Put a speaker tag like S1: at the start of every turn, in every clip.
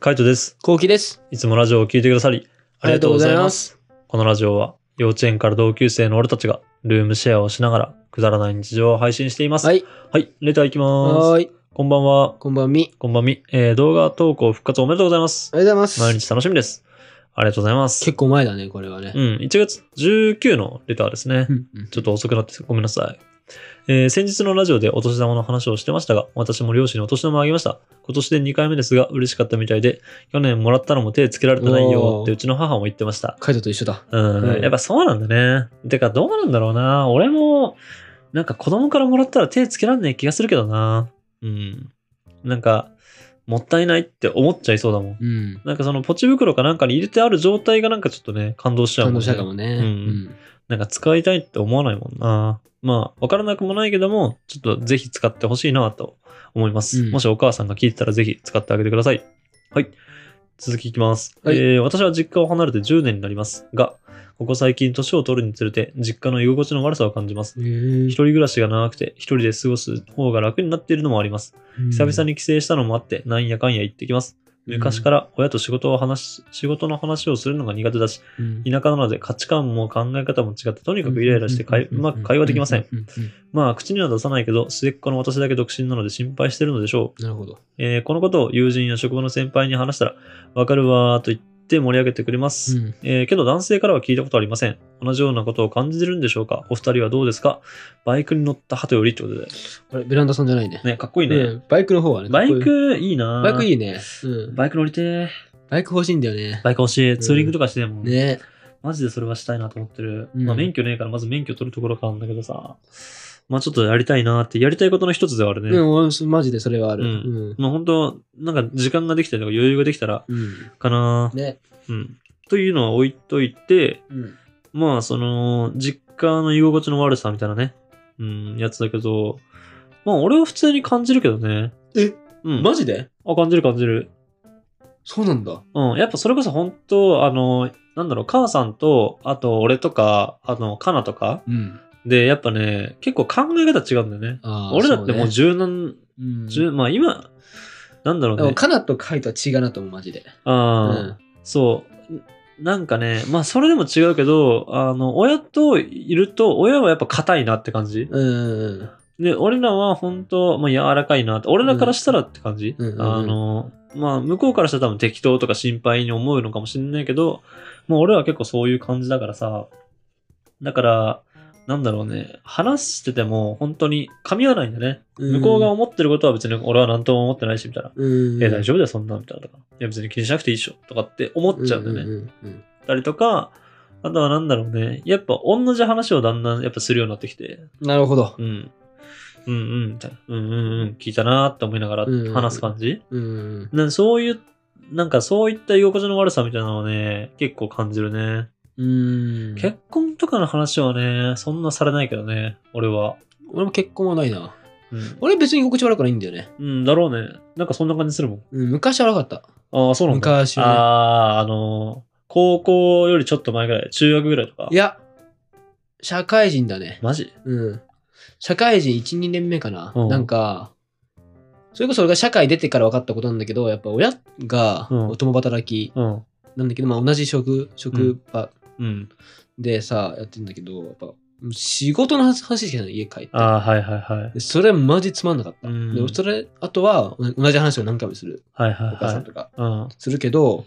S1: カイトです。
S2: こうきです。
S1: いつもラジオを聞いてくださり、ありがとうございます。
S2: す。
S1: このラジオは、幼稚園から同級生の俺たちが、ルームシェアをしながら、くだらない日常を配信しています。
S2: はい。
S1: はい、レターいきます。
S2: はーい。
S1: こんばんは。
S2: こんばんみ。
S1: こんばんみ。えー、動画投稿復活おめでとうございます
S2: あ。りがとうござい
S1: 毎
S2: ます。
S1: 日楽しみです。ありがとうございます。
S2: 結構前だね、これはね
S1: う。ん、1月19のレターですね。
S2: うん
S1: ちょっと遅くなってごめんなさい。えー先日のラジオでお年玉の話をしてましたが、私も両親にお年玉をあげました。今年で2回目ですが、嬉しかったみたいで、去年もらったのも手つけられてないよってうちの母も言ってました。
S2: カイトと一緒だ。
S1: うん、
S2: うん
S1: やっぱそうなんだね。てか、どうなんだろうな。俺も、なんか子供からもらったら手つけられない気がするけどな。うん。なんか、もったいないって思っちゃいそうだもん。
S2: うん。
S1: なんかそのポチ袋かなんかに入れてある状態がなんかちょっとね、感動しちゃうもん、ね。
S2: 感動したかもね。
S1: う
S2: うんん。
S1: なんか使いたいって思わないもんな。まあ、わからなくもないけども、ちょっとぜひ使ってほしいなと思います。
S2: うん
S1: もしお母さんが聞いてたらぜひ使ってあげてください。はい。続きいきます、
S2: はい
S1: えー私は実家を離れて10年になりますが、ここ最近年を取るにつれて実家の居心地の悪さを感じます。
S2: へえ
S1: 一人暮らしが長くて、一人で過ごす方が楽になっているのもあります。久々
S2: に。
S1: に帰省したのもあって、なんやかんや行ってきます。昔から親と仕事を話し、仕事の話をするのが苦手だし、
S2: うん、
S1: 田舎なので価値観も考え方も違ってとにかくイライラしてかいうまく会話できません。
S2: ううううん
S1: まあ口には出さないけど末っ子の私だけ独身なので心配してるのでしょう。
S2: なるほど。
S1: えーこのことを友人や職場の先輩に話したらわかるわーと言って盛り上げてくれます。
S2: うん
S1: えーけど男性からは聞いたことありません。同じようなことを感じてるんでしょうかお二人はどうですかバイクに乗った鳩よりってことで。
S2: あれ、ベランダさんじゃないね。
S1: ね、かっこいいね。
S2: うんバイクの方はね。
S1: バイ
S2: かっこいい
S1: クいいなー
S2: バイクいいね。うん
S1: バイク乗りてー
S2: バイク欲しいんだよね。
S1: バイク欲しい。ツーリングとかしてもん。
S2: ね
S1: マジでそれはしたいなと思ってる。
S2: うん
S1: まあ免許ねえから、まず免許取るところからなんだけどさ。まあちょっとやりたいなって、やりたいことの一つではあるね。
S2: うん、俺もマジでそれはある。
S1: う
S2: うんん。
S1: まあ本当なんか時間ができたりとか余裕ができたら
S2: うん。
S1: かな、
S2: ね。
S1: うん。というのは置いといて、
S2: うん。
S1: まあその、実家の居心地の悪さみたいなね、うん、やつだけど、まあ俺は普通に感じるけどね。
S2: え
S1: うん。
S2: マジで
S1: あ、感じる感じる。
S2: そうなんだ。
S1: うん、やっぱそれこそ本当あの、なんだろう、母さんと、あと俺とか、あの、カナとか、
S2: うん。
S1: で、やっぱね、結構考え方違うんだよね。
S2: あー
S1: 俺だってもう
S2: そ
S1: 柔軟、
S2: うね
S1: 柔まあ今、なんだろう
S2: でも
S1: ね。
S2: カナとカイとは違うなと思う、マジで。う
S1: あ
S2: ん
S1: ーそう。んなんかね、まあそれでも違うけど、あの、親といると、親はやっぱ硬いなって感じ。
S2: うんうん
S1: で、俺らは本当まあ柔らかいなって、俺らからしたらって感じ。
S2: うんうんうんうん
S1: あの、まあ向こうからしたら多分適当とか心配に思うのかもしれないけど、まあ俺は結構そういう感じだからさ、だから、なんだろうね、話してても本当に噛み合わないんだね。
S2: う
S1: 向
S2: ん。
S1: こうが思ってることは別に俺は何とも思ってないし、みたいな。
S2: うん、
S1: え、大
S2: 丈
S1: 丈夫だよ、そんなん、みたいなとか。いや、別に気にしなくていいっしょ、とかって思っちゃうんだよね。
S2: うん
S1: たりとか、あとはなんだろうね。やっぱ同じ話をだんだんやっぱするようになってきて、
S2: なるほど。
S1: うん。うんうん、みたいな。うんうんうん、聞いたなーって思いながら
S2: うん
S1: 話す感じ。
S2: うん。
S1: なんでそういう、なんかそういった居心地の悪さみたいなのはね、結構感じるね。
S2: うん。
S1: 結婚とかの話はね、そんなされないけどね、俺は。
S2: 俺も結婚はないな。
S1: うん。
S2: 俺別に居心地悪くないんだよね。
S1: うん、だろうね。なんかそんな感じするもん。
S2: うん、昔は悪かった。
S1: ああ、そうなんだ。
S2: 昔はね
S1: ああ、あのー、高校よりちょっと前ぐらい、中学ぐらいとか。
S2: いや、社会人だね。
S1: マジ
S2: うん。社会人1、2年目かな。
S1: うん
S2: なんか、それこそ俺が社会出てから分かったことなんだけど、やっぱ親が
S1: うん
S2: 共働き
S1: うん。
S2: なんだけど、まあ同じ職、職場
S1: うん。
S2: でさ、やってんだけど、やっぱ仕事の話しかない、家帰って。
S1: ああ、はいはいはい。
S2: でそれマジつまんなかった。
S1: うん
S2: でそれあとは同同じ話を何回もする。
S1: はい
S2: お
S1: はい
S2: 母
S1: は
S2: さん
S1: い
S2: とか。
S1: うん。
S2: するけど、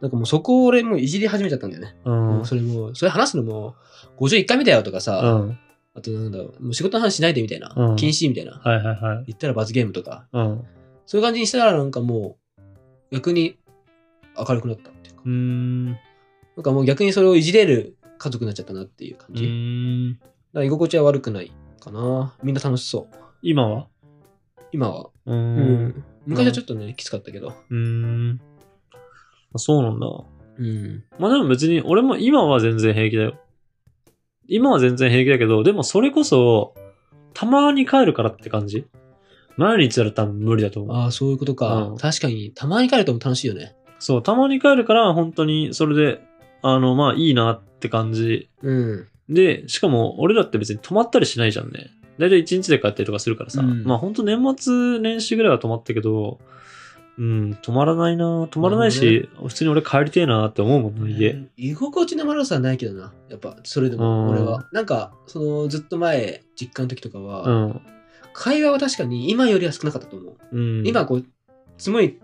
S2: なんかもうそこを俺もういじり始めちゃったんだよね。
S1: うん。
S2: もうそれもう、それ話すのも51回目だよとかさ、
S1: うん。
S2: あとなんだろう、もう仕事の話しないでみたいな、
S1: うん
S2: 禁止みたいな、
S1: はいはいはい。
S2: 言ったら罰ゲームとか、
S1: うん。
S2: そういう感じにしたらなんかもう逆に明るくなったっていうか、
S1: うーん。う
S2: なんかもう逆にそれをいじれる家族になっちゃったなっていう感じ。だか
S1: ーん。
S2: ら居心地は悪くないかな。みんな楽しそう。
S1: 今は
S2: 今は。
S1: うーん。
S2: 昔はちょっとね、きつかったけど。
S1: うーん。あそうなんだ。
S2: うん。
S1: まあでも別に、俺も今は全然平気だよ。今は全然平気だけど、でもそれこそ、たまに帰るからって感じ毎日やると多分無理だと思う。
S2: ああ、そういうことか。
S1: うん
S2: 確かに、たまに帰るとも楽しいよね。
S1: そう、たまに帰るから、本当に、それで、あの、まあ、いいなって感じ。
S2: うん。
S1: で、しかも、俺だって別に泊まったりしないじゃんね。だいたい1日で帰ったりとかするからさ。
S2: うん
S1: まあ、本当年末年始ぐらいは泊まったけど、うん、止まらないな止まらない
S2: な
S1: し、普通に俺帰りてえなって思うもんな、家。
S2: 居心地の悪さはないけどな。やっぱ、それでも、
S1: うん
S2: 俺は。なんか、その、ずっと前、実家の時とかは、
S1: うん。
S2: 会話は確かに今よりは少なかったと思う。
S1: うん。
S2: 今、こう、つむい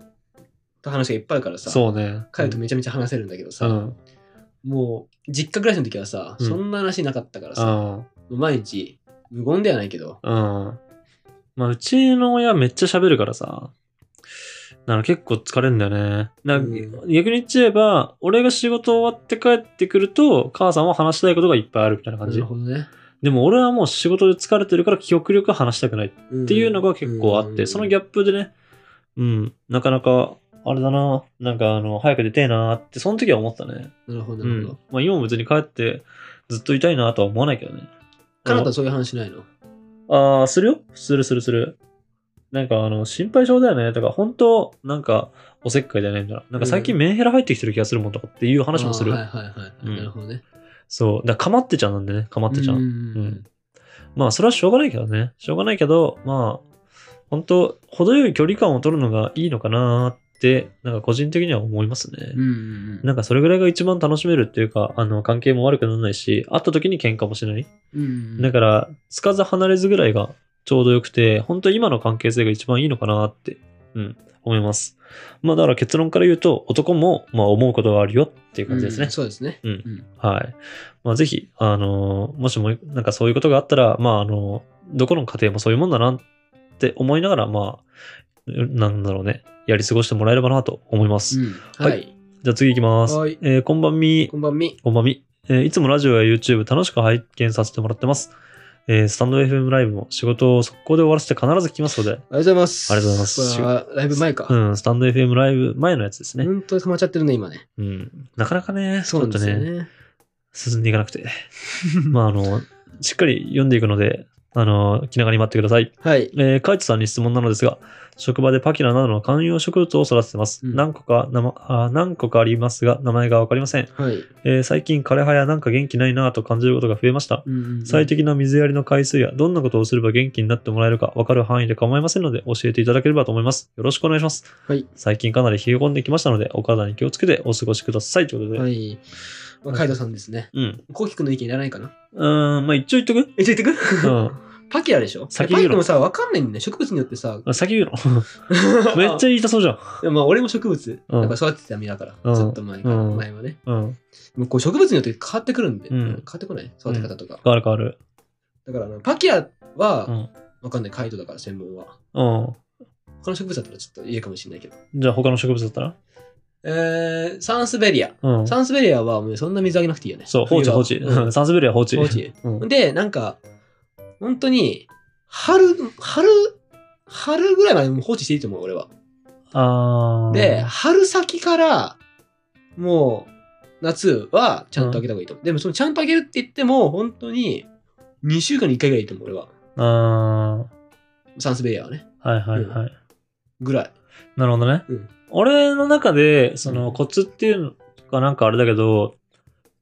S2: た話がいっぱいあるからさ、
S1: そうね。
S2: 帰るとめちゃめちゃ話せるんだけど
S1: う
S2: さ、
S1: ん。
S2: もう、実家暮らしの時はさ、
S1: うん
S2: そんな話なかったから
S1: う
S2: さ、
S1: ん。
S2: もう毎日、無言ではないけど、
S1: うん。まあ、うちの親めっちゃ喋るからさ。なの結構疲れるんだよね。な
S2: う
S1: 逆に言えば、俺が仕事終わって帰ってくると、母さんは話したいことがいっぱいあるみたいな
S2: な
S1: 感じ
S2: る。ほどね。
S1: でも俺はもう仕事で疲れてるから記憶力は話したくないっ
S2: って
S1: いうのが結構あって、そのギ
S2: ャッ
S1: ャップでね、うん、なかなか、あれだな、なんかあの、早く出てえなって、その時は思ったね。
S2: プ。なるほど、
S1: う
S2: なるほど
S1: ん。。まあ今も別に帰ってずっといたいなとは思わないけどね。
S2: カナダはそういう話しないの
S1: ああ、するよ。するするする。なんかあの、心配性だよね。とか、本当なんか、おせっかいだよね。みたいな。なんか最近メンヘラ入ってきてる気がするもんとかっていう話もする。
S2: あーはいはいはい。
S1: うん
S2: なるほどね。
S1: そう。だから、かまってちゃんなんでね。かまってちゃん。
S2: うん
S1: まあ、それはしょうがないけどね。しょうがないけど、まあ、本当程よい距離感を取るのがいいのかなーって、なんか個人的には思いますね。
S2: うんうん
S1: なんかそれぐらいが一番楽しめるっていうか、あの、関係も悪くならないし、会った時に喧嘩もしない。
S2: うんうん
S1: だから、つかず離れずぐらいがちょうどよくて、本当今の関係性が一番いいのかなって、うん、思います。まあだから結論から言うと、男も、まあ思うことがあるよっていう感じですね
S2: うん。そうですね。
S1: うんはい。まあぜひ、あのーもしも、なんかそういうことがあったら、まああのーどこの家庭もそういうもんだなって思いながら、まあ、なんだろうね、やり過ごしてもらえればなと思います。
S2: うん
S1: はい
S2: はい。
S1: じゃあ次行きます。
S2: はい
S1: えーこんばんみ。
S2: こんばんみ。
S1: こんばんみ。えーいつもラジオや YouTube 楽しく拝見させてもらってます。えースタンド FM ライブも仕事を速攻で終わらせて必ず聞きますので、
S2: ありがとうございます。
S1: ありがとうございます
S2: これはライブ前か。
S1: うん、スタンド FM ライブ前のやつですね。
S2: 本当に止まっちゃってるね、今ね。
S1: うん。なかなかね、ち
S2: そ
S1: ょ
S2: うな
S1: っ
S2: ん
S1: と
S2: ですよ
S1: ね、
S2: ね。
S1: 進んでいかなく て。まあ、あの、しっかり読んでいくので、あの、気長に待ってください。
S2: はい。
S1: えー、カイトさんに質問なのですが、職場でパキラなどの観葉植物を育ててます。
S2: うん
S1: 何個か名前あ、何個かありますが、名前がわかりません。
S2: はい。
S1: えー最近枯葉やなんか元気ないなぁと感じることが増えました。
S2: うんうん
S1: 最適な水やりの回数やどんなことをすれば元気になってもらえるか分かる範囲で構いませんので教えていただければと思います。よろしくお願いします。
S2: はい
S1: 最近かなり冷え込んできましたのでお体に気をつけてお過ごしください。ということで。
S2: はい。まあカイトさんですね。
S1: うん。
S2: コウキ君の意見いらないかな
S1: うーん、まあ一応言っと
S2: え、ちょ、言って
S1: く
S2: く パキラでしょ
S1: 先
S2: パ
S1: 言うの
S2: キラもさ、わかんないんだよ。植物によってさ。
S1: うん。先言う の。 めっちゃ言いたそうじゃん。
S2: ゃ。まあ、俺も植物。
S1: うん
S2: なんか育ててた身だか
S1: う
S2: ら。
S1: ん
S2: ずっと前から。
S1: うん
S2: 前はね。
S1: うん。
S2: もうこう植物によって変わってくるんで。
S1: うん
S2: 変わってこない育て方とか。
S1: 変わる変わる。
S2: だからあの、パキラ
S1: う
S2: は、
S1: ん。
S2: わかんない。カイトだから、専門は。
S1: うん。
S2: 他の植物だったらちょっと家かもしれないけど。
S1: じゃあ他の植物だったら
S2: えー、サンスベリア。
S1: うん。
S2: サンスベリアはもうそんな水あげなくていいよね。
S1: そう、放置
S2: 冬は
S1: 放置。
S2: う
S1: うんサンスベリア放置。
S2: 放置
S1: うん
S2: ん。で、なんか、本当に、春、春、春ぐらいまでもう放置していいと思う、俺は。
S1: あー。
S2: で、、春先から、もう、夏はちゃんとあげた方がいいと思う。でも、そのちゃんとあげるって言っても、本当に、2週間に1回ぐらいいいと思う、俺は。
S1: あ
S2: サンスベリアはね。
S1: ー。はいはいはい。
S2: ぐらい。
S1: なるほどね。
S2: うん
S1: 俺の中で、そうの
S2: ん
S1: コツっていうのかなんかあれだけど、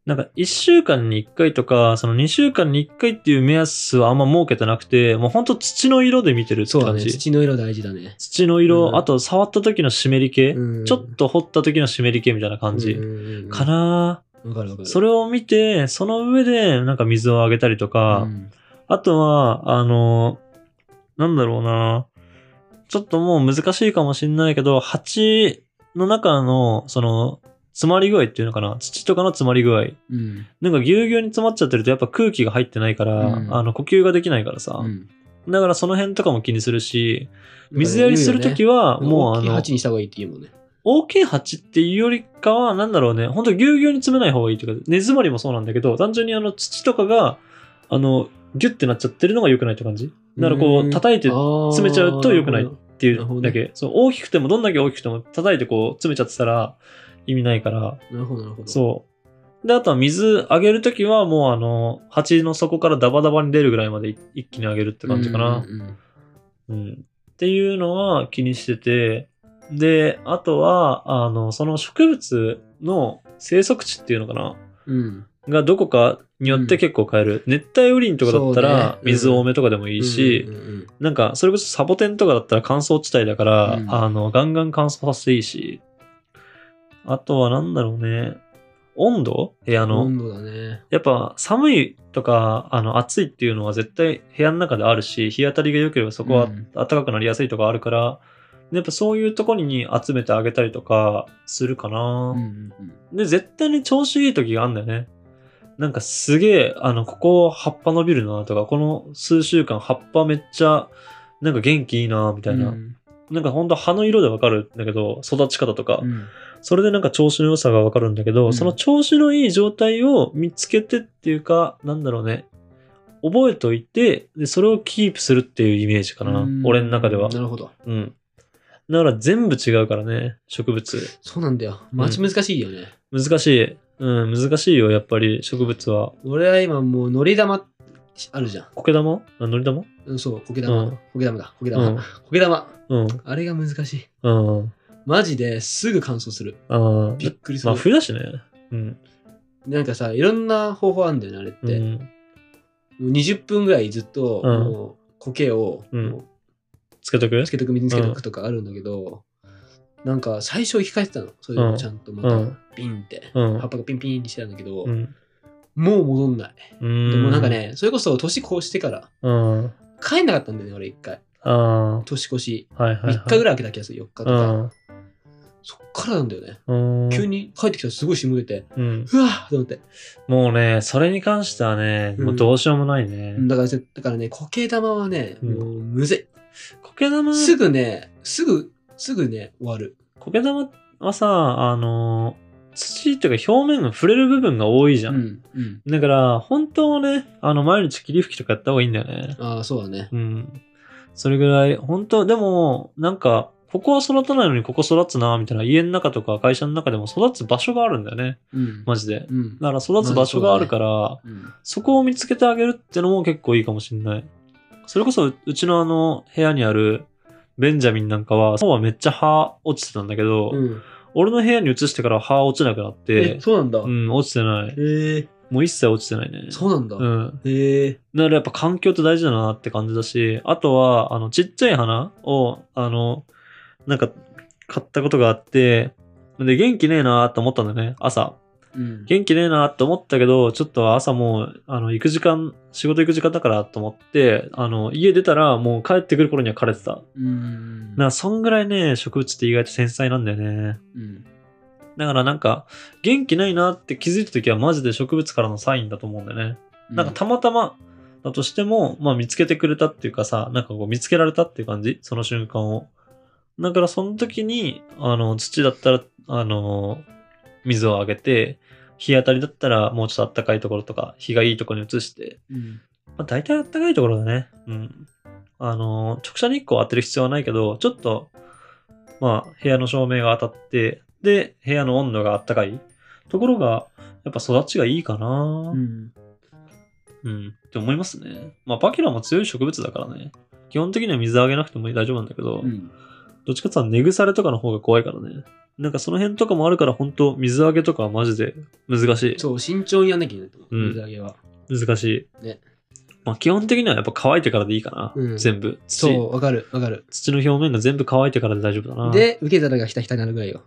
S1: なんか1週間に1回とか、その2週間に1回っていう目安はあんま設けてなくて、もうほんと土の色で見てるって
S2: そうだ
S1: 感
S2: ね。
S1: じ。
S2: 土の色大事だね。
S1: 土の色、
S2: うん
S1: あと触った時の湿り気、
S2: うん
S1: ちょっと掘った時の湿り気みたいな感じ、
S2: うんうんうん
S1: かな、
S2: わかるわかる。
S1: それを見て、その上でなんか水をあげたりとか、
S2: うん
S1: あとは、あの、なんだろうな。ちょっともう難しいかもしんないけど、鉢の中の、その、詰まり具合っていうのかな土とかの詰まり具合。
S2: うん。
S1: なんかぎゅうぎゅうに詰まっちゃってるとやっぱ空気が入ってないから、
S2: うん
S1: あの呼吸ができないからさ、
S2: うん
S1: だからその辺とかも気にするし、水やりするときはもうあ
S2: 大きい
S1: の、
S2: 鉢にした方がいいって言うもんね。
S1: 大きい鉢っていうよりかは、なんだろうね、ほんとぎゅうぎゅうに詰めない方がいいっていうか、根詰まりもそうなんだけど、単純にあの土とかが、あの、ギュッてなっちゃってるのが良くないって感じだからこう、叩いてっ詰
S2: 詰
S1: めちゃうと良くないてい
S2: なる
S1: う
S2: ほど
S1: だ
S2: ね
S1: け。そう、大きくても、どんだけ大きくても叩いてこう、詰めちゃってたら意味ないから、
S2: なるほど、なるほど。
S1: そう。で、あとは水あげるときは、もうあの、鉢の底からダバダバに出るぐらいまでい一気にあげるって感じかな
S2: う。んうん
S1: うんっていうのは気にしてて、で、あとは、あの、その植物の生息地っていうのかな。
S2: うん。
S1: がどこかによって結構変える。熱帯雨林とかだった
S2: そう
S1: ら
S2: ねうん
S1: 水多めとかでもいいし、
S2: うんうん
S1: なんかそれこそサボテンとかだったら乾燥地帯だから、
S2: うん
S1: あの、ガンガン乾燥させていいし、あとはなんだろうね、温度部屋
S2: うん、
S1: の。
S2: 温度だね。
S1: やっぱ寒いとかあの暑いっていうのは絶対部屋の中であるし日当たりが良ければそこは
S2: うん
S1: 暖かくなりやすいとかあるから、やっぱそういうところに集めてあげたりとかするか
S2: うんう
S1: な、
S2: んうん
S1: で絶対に調子いい時があんだよねなんかすげえあのここ葉っぱ伸びるなとかこの数週間葉っぱめっちゃなんか元気いいなみたいな、
S2: うん
S1: なんかほんと葉の色でわかるんだけど育ち方とか、
S2: うん
S1: それでなんか調子の良さがわかるんだけど、
S2: うん
S1: その調子のいい状態を見つけてっていうか、なんだろうね。覚えといて、で、それをキープするっていうイメージかな。
S2: うん
S1: 俺の中では。
S2: なるほど。
S1: うん。だから全部違うからね、植物。
S2: そうなんだよ。マジ難しいよね。
S1: 難しい。うん、難しいよ、やっぱり植物は。
S2: 俺は今もう、のり玉あるじゃん。
S1: 苔玉あ、のり玉
S2: うん、そう、苔玉。
S1: うん
S2: 苔玉だ、苔
S1: う
S2: 玉。
S1: ん。
S2: 苔玉。
S1: うん。
S2: あれが難しい。
S1: うん。
S2: マジですぐ乾燥する。
S1: ああ。
S2: びっくりす
S1: ま
S2: る。
S1: あ、冬だしね。うん。
S2: なんかさ、いろんな方法あるんだよね、あれって。
S1: う
S2: も
S1: ん。
S2: う20分ぐらいずっと、
S1: うん
S2: もう苔を、
S1: うん
S2: も
S1: つけとく
S2: うつけとく、水につけとくとかあるんだけど、なんか最初生き返ってたの。そういう
S1: うん
S2: のちゃんとま
S1: うん
S2: た、ピンって。
S1: うん
S2: 葉っ。ぱがピンピンってしてたんだけど、
S1: うん。
S2: もう戻んない。
S1: うん
S2: でもなんか。ね、それこそ年越してから、
S1: うん。あ
S2: 帰んなかったんだよね、俺一回。
S1: あ。
S2: 年越し。
S1: はいはい、はい。
S2: 3日ぐらい空けた気がする、4日とか。
S1: う
S2: そっからなんだよね。
S1: ん。うん
S2: 急に帰ってきたらすごい霜出て、
S1: うん。
S2: うわーと思って。
S1: もうね、それに関してはね、
S2: うん
S1: もうどうしようもないね。
S2: だからぜ、だからね、苔玉はね、
S1: うん
S2: もうむず
S1: 苔玉
S2: い。、すぐね、すぐ、すぐね、終わる。
S1: 苔玉はさ、あの、土っていうか表面が触れる部分が多いじゃ。
S2: うんん。うん。
S1: だから、本当はね、あの、毎日霧吹きとかやった方がいいんだよね。
S2: ああ、そうだね。
S1: うん。それぐらい、本当でも、なんか、ここは育たないのにここ育つな、みたいな、家の中とか会社の中でも育つ場所があるんだよね。
S2: うん。
S1: マジで。
S2: うん。
S1: だから育つ場所があるから、
S2: うん
S1: そこを見つけてあげるってのも結構いいかもしんない。それこそううちのあの部屋にあるベンジャミンなんかは、そうはめっちゃ葉落ちてたんだけど、
S2: うん。
S1: 俺の部屋に移してから葉落ちなくなっ
S2: え、
S1: て、
S2: そうなんだ。
S1: う
S2: へ
S1: ん、落ちてない。
S2: え。
S1: もう一切落ちてないね。
S2: そうなんだ。
S1: うん。
S2: へえ。
S1: だからやっぱ環境って大事だなって感じだし、あとは、あの、ちっちゃい花を、あの、なんか、買ったことがあって、で、元気ねえなーって思ったんだよね、朝。
S2: うん。
S1: 元気ねえなと思ったけど、ちょっと朝もう、あの、行く時間、仕事行く時間だからと思って、あの、家出たらもう帰ってくる頃には枯れてた。
S2: うん。
S1: な、そんぐらいね、植物って意外と繊細なんだよね。
S2: うん。
S1: だからなんか、元気ないなって気づいた時はマジで植物からのサインだと思うんだよね。なんかたまたまだとしても、まあ見つけてくれたっていうかさ、なんかこう見つけられたっていう感じその瞬間を。だからその時に、あの、土だったら、あの、水をあげて、日当たりだったらもうちょっと暖かいところとか、日がいいところに移して、
S2: うん。
S1: まあ大体暖かいところだね。うん。あの、直射日光当てる必要はないけど、ちょっと、まあ部屋の照明が当たって、で、部屋の温度が暖かいところが、やっぱ育ちがいいかな
S2: うん。
S1: うん。って思いますね。まあ、バキュラも強い植物だからね。基本的には水あげなくても大丈夫なんだけど、
S2: うん。
S1: どっちかっていうと根腐れとかの方が怖いからね。なんかその辺とかもあるから、本当水あげとかはマジで難し
S2: そう、慎重にやんなきゃいけないと思う。
S1: うん
S2: 水揚げは。
S1: い。難しい。
S2: ね
S1: まあ、基本的にはやっぱ乾いてからでいいかな。
S2: うん
S1: 全部。土
S2: そう、わかる、わかる。
S1: 土の表面が全部乾いてからで大丈夫だな。
S2: で、受け皿がひたひたになるぐらいよ。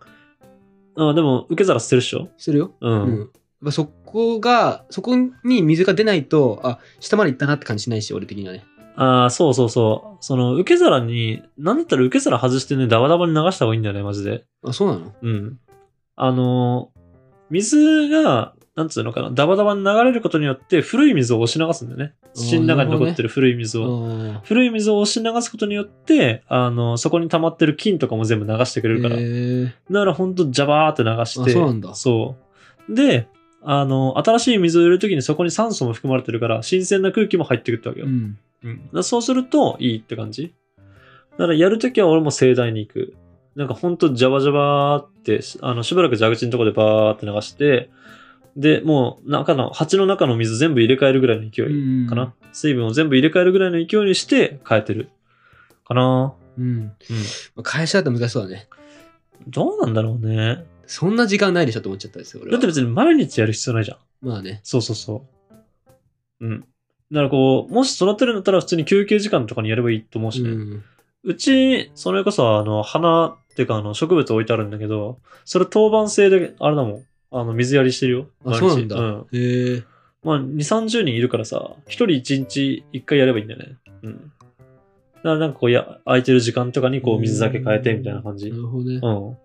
S1: あでも、受け皿捨てるっしょ
S2: するよ。
S1: うん。
S2: うん。やっぱそこが、そこに水が出ないと、あ、下まで行ったなって感じしないし、俺的にはね。
S1: ああ、そうそうそう。その、受け皿に、なんだったら受け皿外してね、ダバダバに流した方がいいんだよね、マジで。
S2: あ、そうなの
S1: うん。あのー、水が、なんつうのかな、ダバダバに流れることによって、古い水を押し流すんだよね。土の中に残ってる古い水を。
S2: あ
S1: 古い水を押し流すことによって、あのー、そこに溜まってる菌とかも全部流してく
S2: あ。
S1: れるから。
S2: へ
S1: だからほんとジャバーって流して。
S2: あそうなんだ
S1: そうで、あのー、新しい水を入れるときにそこに酸素も含まれてるから、新鮮な空気も入ってくるってわけ
S2: え。
S1: よ。
S2: うん。
S1: うん、だからそうするといいって感じ。だからやるときは俺も盛大に行く。なんかほんとジャバジャバーって、しあのしばらく蛇口のとこでバーって流して、で、もう中の、鉢の中の水全部入れ替えるぐらいの勢いかな。水分を全部入れ替えるぐらいの勢いにして変えてる。かな。
S2: うん。うん。
S1: うん
S2: まあ会社だと難しそうだね。
S1: どうなんだろうね。
S2: そんな時間ないでしょと思っちゃったんですよ、俺
S1: だ
S2: は。
S1: って別に毎日やる必要ないじゃん。
S2: まあね。
S1: そうそうそう。うん。だからこう、もしそうなってるんだったら普通に休憩時間とかにやればいいと思うし
S2: う
S1: ね。
S2: ん。
S1: うち、それこそ、あの、花っていうか、あの、植物置いてあるんだけど、それ当番制で、あれだもん。あの、水やりしてるよ。
S2: あ、そうなんだ。
S1: うん。
S2: へえ。
S1: まあ、2、30人いるからさ、1人1日1回やればいいんだよね。うん。だからなんかこう、や、空いてる時間とかにこう、水だけ変えてみたいな感じ。
S2: な
S1: うん。
S2: るほどね。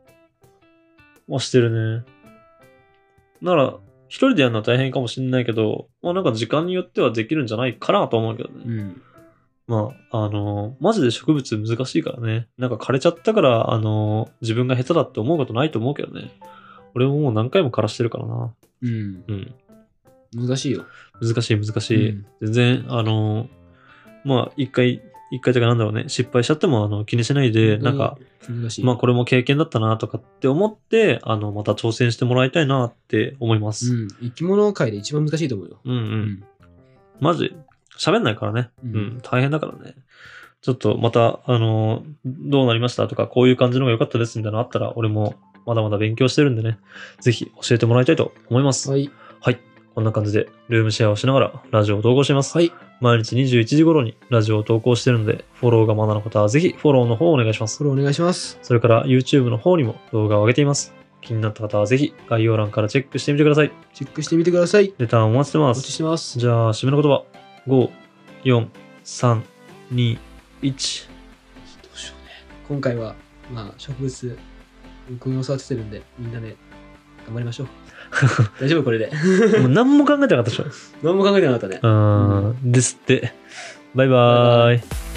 S1: まあ、してるね。なら、一人でやるのは大変かもしんないけど、まあなんか時間によってはできるんじゃないかなと思うけどね。
S2: うん。
S1: まあ、あの、マジで植物難しいからね。なんか枯れちゃったから、あの、自分が下手だって思うことないと思うけどね。俺ももう何回も枯らしてるからな。
S2: うん。
S1: うん。
S2: 難しいよ。
S1: 難しい難しい。
S2: うん
S1: 全然、あの、まあ、一回、一回とかなんだろうね。失敗しちゃっても、あの、気にしないで、なんか、
S2: 難しい。
S1: まあ、これも経験だったなとかって思って、あの、また挑戦してもらいたいなって思いま
S2: う
S1: す。
S2: ん。生き物界で一番難しいと思うよ。
S1: うん、うん、
S2: う。
S1: マジ、喋んないからね。
S2: う
S1: うんん、大変だからね。ちょっとまた、あのどうなりましたとか、こういう感じの方が良かったですみたいなのあったら、俺もまだまだ勉強してるんでね、ぜひ教えてもらいたいと思います。
S2: はい。
S1: こんな感じで、ルームシェアをしながらラジオを投稿しています。
S2: はい。
S1: 毎日21時頃にラジオを投稿してるので、フォローがまだの方はぜひフォローの方をお願いします
S2: そ。れお願いします。
S1: それから YouTube の方にも動画を上げています。気になった方はぜひ概要欄からチェックしてみてください。
S2: チェックしてみてください。
S1: レターンお待ちして
S2: お
S1: ま
S2: 待
S1: す
S2: ち。してます。
S1: じゃあ、締めの言葉。5、4、3、2、1。
S2: どうしようね。今回は、まあ、植物、僕を育ててるんで、みんなで、頑張りましょう。大丈夫これで。
S1: もう何も考えてなかったでしょ。
S2: 何も考えてなかったね。
S1: うん。ですって。バイバーイ。